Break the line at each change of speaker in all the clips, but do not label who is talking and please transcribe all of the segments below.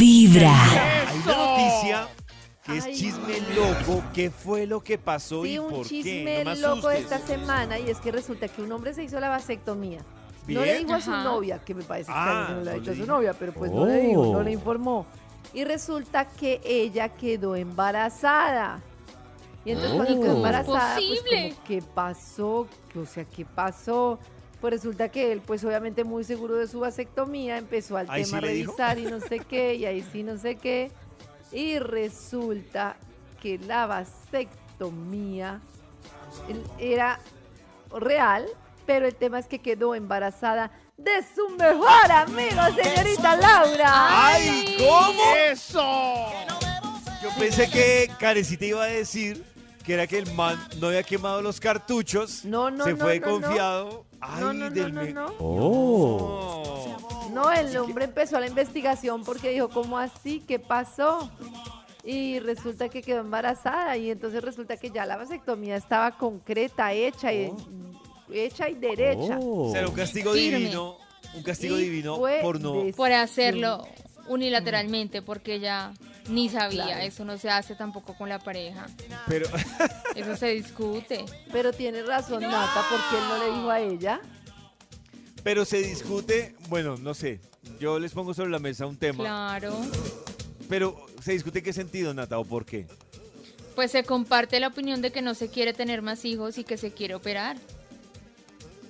Vibra.
Hay una noticia que es
Ay,
chisme loco. ¿Qué fue lo que pasó
Sí,
y
un
por
chisme
qué? No me
loco de
asustes.
esta semana y es que resulta que un hombre se hizo la vasectomía. No
Bien.
le dijo a su
Ajá.
novia, que me parece
Ah,
extraño que no le
no
ha dicho a
le
su
dijo.
novia, pero pues no le dijo,
Oh.
no le informó. Y resulta que ella quedó embarazada. Y entonces cuando quedó
Oh.
embarazada, pues,
Posible.
como, ¿qué pasó? O sea, ¿qué pasó? Pues resulta que él, pues obviamente muy seguro de su vasectomía, empezó al
Ahí
tema a
sí le dijo.
revisar y no sé qué, y ahí sí no sé qué. Y resulta que la vasectomía el- era real, pero el tema es que quedó embarazada de su mejor amigo, señorita Laura.
¡Ay, cómo!
¡Eso!
Yo pensé que Carecita iba a decir que era que el man no había quemado los cartuchos.
No, no,
se
no,
fue
no, no.
confiado. Ay,
No, no, no,
del
no,
me-
no.
Oh.
No, el hombre empezó la investigación porque dijo, ¿cómo así? ¿Qué pasó? Y resulta que quedó embarazada y entonces resulta que ya la vasectomía estaba concreta, hecha y,
Oh.
hecha y derecha.
O sea, era un castigo
Firme.
divino. Un Oh. castigo
Y
divino
fue
por no.
de-
Por hacerlo unilateralmente, porque ella ni sabía.
Claro.
Eso no se hace tampoco con la pareja.
Pero
Eso se discute.
Pero tiene razón Nata porque él no le dijo a ella.
Pero se discute, bueno, no sé, yo les pongo sobre la mesa un tema,
Claro.
pero se discute en qué sentido, Nata, o por qué.
Pues se comparte la opinión de que no se quiere tener más hijos y que se quiere operar.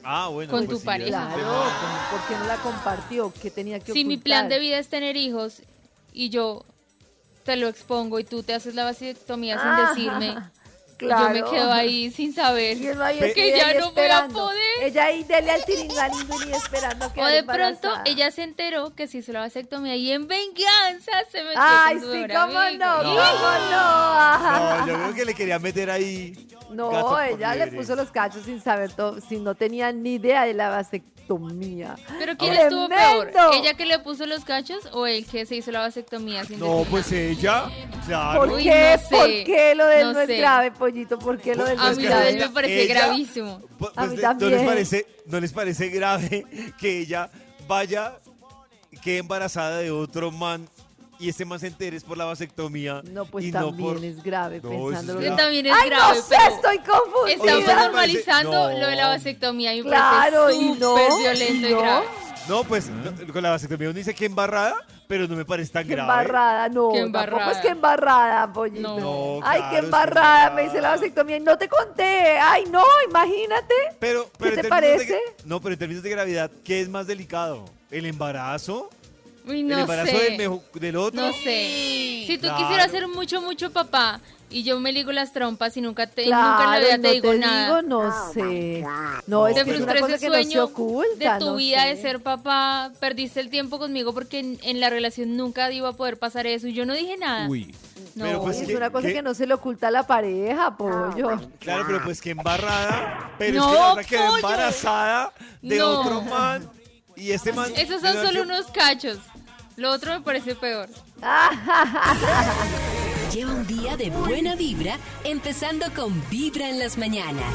Ah, bueno.
Con
pues
tu
sí, ya es un
pareja.
Claro,
tema.
¿cómo- ¿por qué no la compartió? ¿Qué tenía que
Si mi plan de
ocultar?
vida es tener hijos y yo te lo expongo y tú te haces la vasectomía
Ah,
sin decirme,
claro.
yo me quedo ahí sin saber
Y él ahí
que
estuvo
ya
ahí
no voy a
esperando.
poder.
Ella ahí dele al tiringalín y esperando que
O de pronto ella se enteró que se hizo la vasectomía y en venganza se metió
Ay,
con su
sí,
mejor
cómo
amiga.
no,
No.
cómo
No,
no.
yo creo que le quería meter ahí.
No,
gato por
ella le
liebre.
puso los cachos sin saber todo, si no tenía ni idea de la vasectomía.
Pero ¿quién estuvo
¡Tremendo!
peor? ¿Ella que le puso los cachos o el que se hizo la vasectomía sin
No,
decir
pues ella,
¿Por
claro.
Ah, Uy,
qué?
no sé,
¿Por qué lo de él no,
no
es
sé.
grave, pollito? ¿Por qué lo de él no
A
es
mí
Pues
la
que
de
grave?
él
ella-
me parece
ella-
gravísimo.
Pues,
A mí
pues, ¿no, les
también.
parece, ¿No les parece grave que ella vaya, quede embarazada de otro man y este man se entere es por la vasectomía?
No, pues
y
también
no por...
es grave,
No, eso es
pensándolo.
grave.
También es
Ay,
grave,
no sé,
pero
estoy confundida.
estamos
Oye, me
normalizando
parece-
lo de la
no.
vasectomía y me
Claro,
parece
y no,
súper violento
y
y
no.
grave.
No, pues no, con la vasectomía uno dice que embarrada, pero no me parece tan
Qué
grave.
embarrada, no.
Qué
Tampoco
embarrada.
es que embarrada, pollito.
No, claro,
Ay, qué
es que
embarrada, me
embarrada.
hice la vasectomía y no te conté. Ay, no, imagínate.
Pero, pero en términos
te
de
parece?
gra- no, pero en términos de gravedad, ¿qué es más delicado? ¿El embarazo?
Uy,
¿El
no
embarazo
sé.
del, mejo- del otro?
No sé. Si tú
Claro.
quisieras ser mucho, mucho papá y yo me ligo las trompas y nunca te
Claro,
nunca en la vida
no
te digo nada.
Oh,
no sé. No, es
te
que es
frustró
una cosa
ese
que no se
sueño
oculta.
de tu
no
vida de
sé. Pues
ser papá. Perdiste el tiempo conmigo porque en, en la relación nunca iba a poder pasar eso. Y yo no dije nada.
Uy.
No.
Pero pues
Es
que- Ah,
una cosa
¿qué?
que no se le oculta a la pareja, pollo.
Claro, pero pues que embarrada. Pero
No,
es que la otra quedó
pollo.
embarazada de
No.
otro man. Y este man.
Esos
de
son
la-
solo unos cachos. Lo otro me parece peor.
Lleva un día de buena vibra, empezando con Vibra en las mañanas.